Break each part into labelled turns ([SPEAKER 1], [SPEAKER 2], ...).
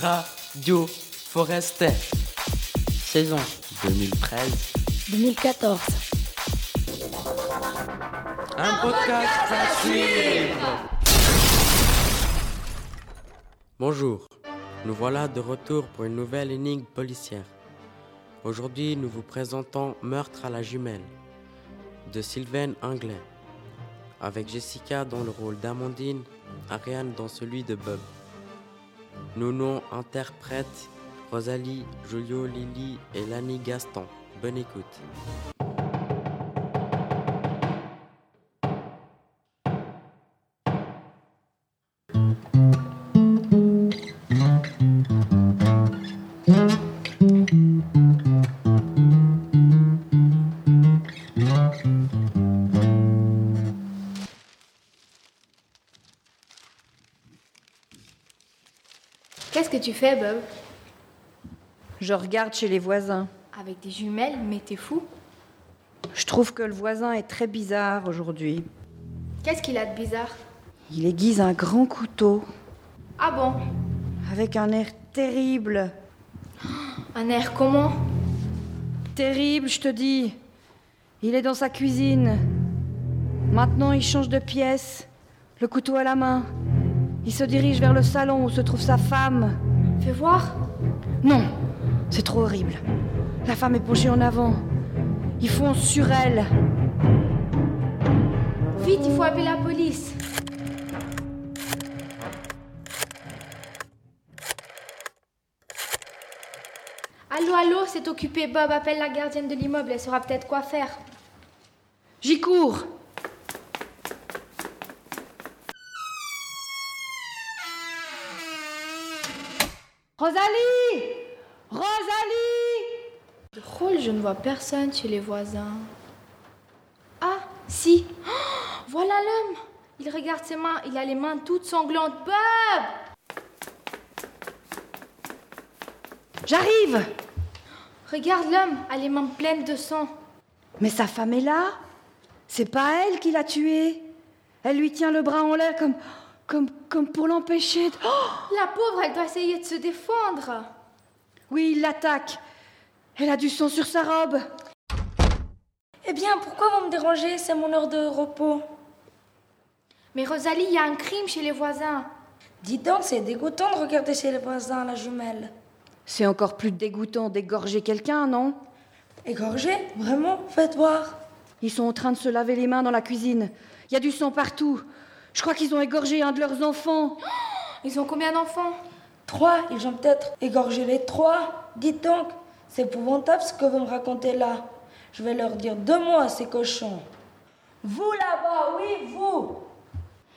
[SPEAKER 1] Radio Forester. Saison 2013.
[SPEAKER 2] 2014.
[SPEAKER 1] Un, podcast à Bonjour, nous voilà de retour pour une nouvelle énigme policière. Aujourd'hui, nous vous présentons Meurtre à la jumelle de Sylvain Anglais, avec Jessica dans le rôle d'Amandine, Ariane dans celui de Bob. Nos noms interprètes Rosalie, Julio, Lily et Lani Gaston. Bonne écoute.
[SPEAKER 3] Qu'est-ce que tu fais, Bob
[SPEAKER 4] Je regarde chez les voisins.
[SPEAKER 3] Avec des jumelles, mais t'es fou.
[SPEAKER 4] Je trouve que le voisin est très bizarre aujourd'hui.
[SPEAKER 3] Qu'est-ce qu'il a de bizarre
[SPEAKER 4] Il aiguise un grand couteau
[SPEAKER 3] Ah bon
[SPEAKER 4] avec un air terrible.
[SPEAKER 3] Un air comment
[SPEAKER 4] Terrible, je te dis. Il est dans sa cuisine. Maintenant, il change de pièce, le couteau à la main. Il se dirige vers le salon où se trouve sa femme.
[SPEAKER 3] Fais voir.
[SPEAKER 4] Non, c'est trop horrible. La femme est penchée en avant. Il fonce sur elle.
[SPEAKER 3] Vite, il faut appeler la police. Allô, allô, c'est occupé, Bob. Appelle la gardienne de l'immeuble, elle saura peut-être quoi faire.
[SPEAKER 4] J'y cours. Rosalie Rosalie
[SPEAKER 3] Drôle, je ne vois personne chez les voisins. Ah, si. Oh, voilà l'homme. Il regarde ses mains. Il a les mains toutes sanglantes. Bob
[SPEAKER 4] J'arrive
[SPEAKER 3] Regarde l'homme, a les mains pleines de sang.
[SPEAKER 4] Mais sa femme est là C'est pas elle qui l'a tué Elle lui tient le bras en l'air comme. comme. comme pour l'empêcher de- Oh
[SPEAKER 3] La pauvre, elle doit essayer de se défendre.
[SPEAKER 4] Oui, il l'attaque Elle a du sang sur sa robe
[SPEAKER 5] Eh bien, pourquoi vous me dérangez C'est mon heure de repos.
[SPEAKER 3] Mais Rosalie, il y a un crime chez les voisins.
[SPEAKER 5] Dis donc, c'est dégoûtant de regarder chez les voisins la jumelle.
[SPEAKER 4] C'est encore plus dégoûtant d'égorger quelqu'un, non
[SPEAKER 5] Égorgée Vraiment Faites voir.
[SPEAKER 4] Ils sont en train de se laver les mains dans la cuisine. Il y a du sang partout. Je crois qu'ils ont égorgé un de leurs enfants.
[SPEAKER 3] Ils ont combien d'enfants
[SPEAKER 5] Trois, ils ont peut-être égorgé les trois. Dites donc, c'est épouvantable ce que vous me racontez là. Je vais leur dire deux mots à ces cochons. Vous là-bas, oui, vous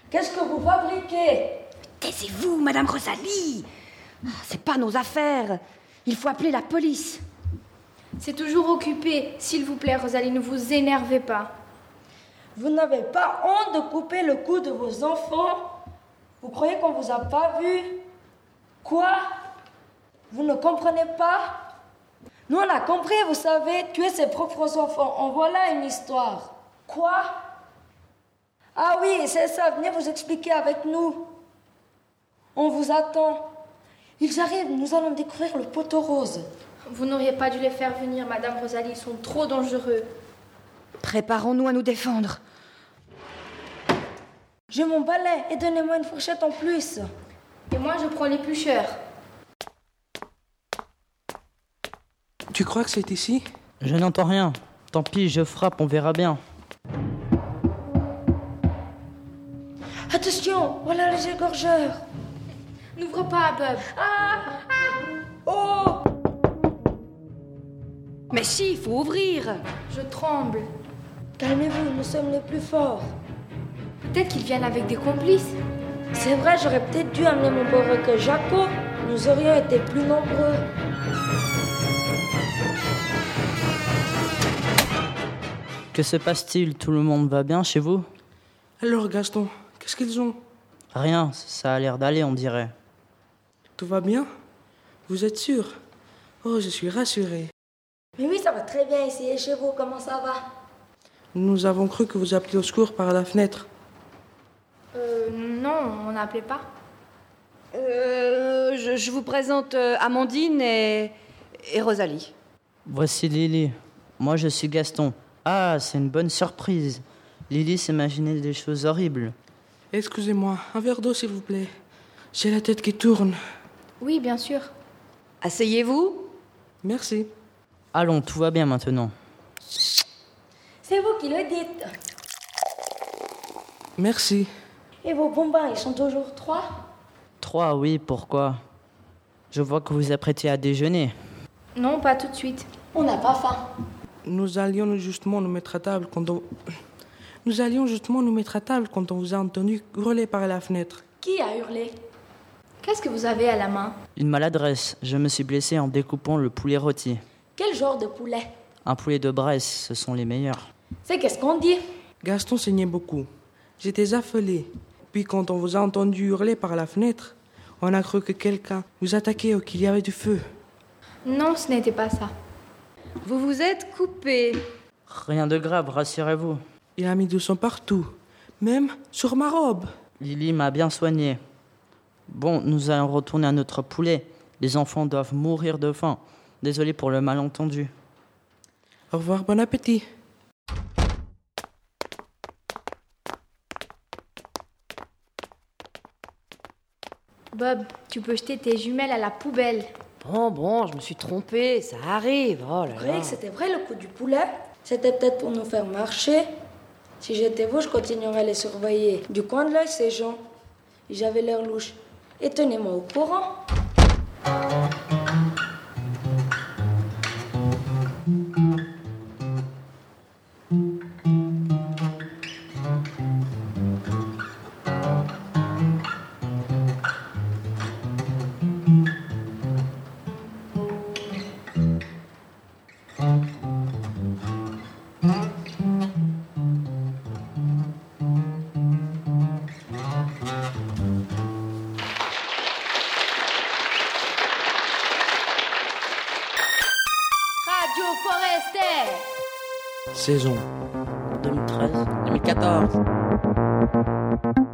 [SPEAKER 5] Qu'est-ce que vous fabriquez
[SPEAKER 4] Taisez-vous, Madame Rosalie Ah, C'est pas nos affaires. Il faut appeler la police.
[SPEAKER 3] C'est toujours occupé. S'il vous plaît, Rosalie, ne vous énervez pas.
[SPEAKER 5] Vous n'avez pas honte de couper le cou de vos enfants Vous croyez qu'on vous a pas vu Quoi Vous ne comprenez pas Nous on a compris, vous savez, tuer ses propres enfants. En voilà une histoire. Quoi Ah oui, c'est ça, venez vous expliquer avec nous. On vous attend. Ils arrivent, nous allons découvrir le poteau rose.
[SPEAKER 3] Vous n'auriez pas dû les faire venir, Madame Rosalie. Ils sont trop dangereux.
[SPEAKER 4] Préparons-nous à nous défendre.
[SPEAKER 5] J'ai mon balai et donnez-moi une fourchette en plus.
[SPEAKER 3] Et moi, je prends l'éplucheur.
[SPEAKER 6] Tu crois que c'est ici
[SPEAKER 7] Je n'entends rien. Tant pis, je frappe, on verra bien.
[SPEAKER 5] Attention, voilà les égorgeurs.
[SPEAKER 3] N'ouvre pas, Bob.
[SPEAKER 5] Ah, Oh
[SPEAKER 4] Mais si, il faut ouvrir.
[SPEAKER 3] Je tremble.
[SPEAKER 5] Calmez-vous, nous sommes les plus forts.
[SPEAKER 3] Peut-être qu'ils viennent avec des complices.
[SPEAKER 5] C'est vrai, j'aurais peut-être dû amener mon pauvre que Jaco. Nous aurions été plus nombreux.
[SPEAKER 7] Que se passe-t-il Tout le monde va bien chez vous
[SPEAKER 6] Alors Gaston, qu'est-ce qu'ils ont
[SPEAKER 7] Rien, ça a l'air d'aller, on dirait.
[SPEAKER 6] Tout va bien Vous êtes sûr Oh, je suis rassuré.
[SPEAKER 5] Mais oui, ça va très bien ici. Et chez vous, comment ça va
[SPEAKER 6] Nous avons cru que vous appeliez au secours par la fenêtre.
[SPEAKER 3] Euh, non, on n'appelait pas.
[SPEAKER 4] Euh, je, je vous présente euh, Amandine et, et Rosalie.
[SPEAKER 7] Voici Lily. Moi, je suis Gaston. Ah, c'est une bonne surprise. Lily s'imaginait des choses horribles.
[SPEAKER 6] Excusez-moi, un verre d'eau, s'il vous plaît. J'ai la tête qui tourne.
[SPEAKER 3] Oui, bien sûr.
[SPEAKER 4] Asseyez-vous.
[SPEAKER 6] Merci.
[SPEAKER 7] Allons, tout va bien maintenant.
[SPEAKER 5] C'est vous qui le dites.
[SPEAKER 6] Merci.
[SPEAKER 5] Et vos bonbons, ils sont toujours trois
[SPEAKER 7] Trois, oui, pourquoi Je vois que vous vous apprêtez à déjeuner.
[SPEAKER 3] Non, pas tout de suite.
[SPEAKER 5] On n'a pas faim.
[SPEAKER 6] Nous allions justement nous mettre à table quand on... Nous allions justement nous mettre à table quand on vous a entendu hurler par la fenêtre.
[SPEAKER 5] Qui a hurlé
[SPEAKER 3] Qu'est-ce que vous avez à la main
[SPEAKER 7] Une maladresse, je me suis blessé en découpant le poulet rôti.
[SPEAKER 5] Quel genre de poulet
[SPEAKER 7] Un poulet de Bresse, ce sont les meilleurs.
[SPEAKER 5] C'est qu'est-ce qu'on dit
[SPEAKER 6] Gaston saignait beaucoup. J'étais affolé. Puis quand on vous a entendu hurler par la fenêtre, on a cru que quelqu'un vous attaquait ou qu'il y avait du feu.
[SPEAKER 3] Non, ce n'était pas ça.
[SPEAKER 4] Vous vous êtes coupé.
[SPEAKER 7] Rien de grave, rassurez-vous.
[SPEAKER 6] Il a mis du sang partout, même sur ma robe.
[SPEAKER 7] Lily m'a bien soigné. Bon, nous allons retourner à notre poulet. Les enfants doivent mourir de faim. Désolé pour le malentendu.
[SPEAKER 6] Au revoir, bon appétit.
[SPEAKER 3] Bob, tu peux jeter tes jumelles à la poubelle.
[SPEAKER 2] Bon, bon, je me suis trompée, ça arrive. Oh là
[SPEAKER 5] Vous
[SPEAKER 2] là.
[SPEAKER 5] croyez que c'était vrai le coup du poulet C'était peut-être pour nous faire marcher. Si j'étais vous, je continuerais à les surveiller. Du coin de l'œil, ces gens. J'avais l'air louche. Et tenez-moi au courant.
[SPEAKER 3] Radio Forester
[SPEAKER 6] Saison.
[SPEAKER 7] 2013
[SPEAKER 1] 2014.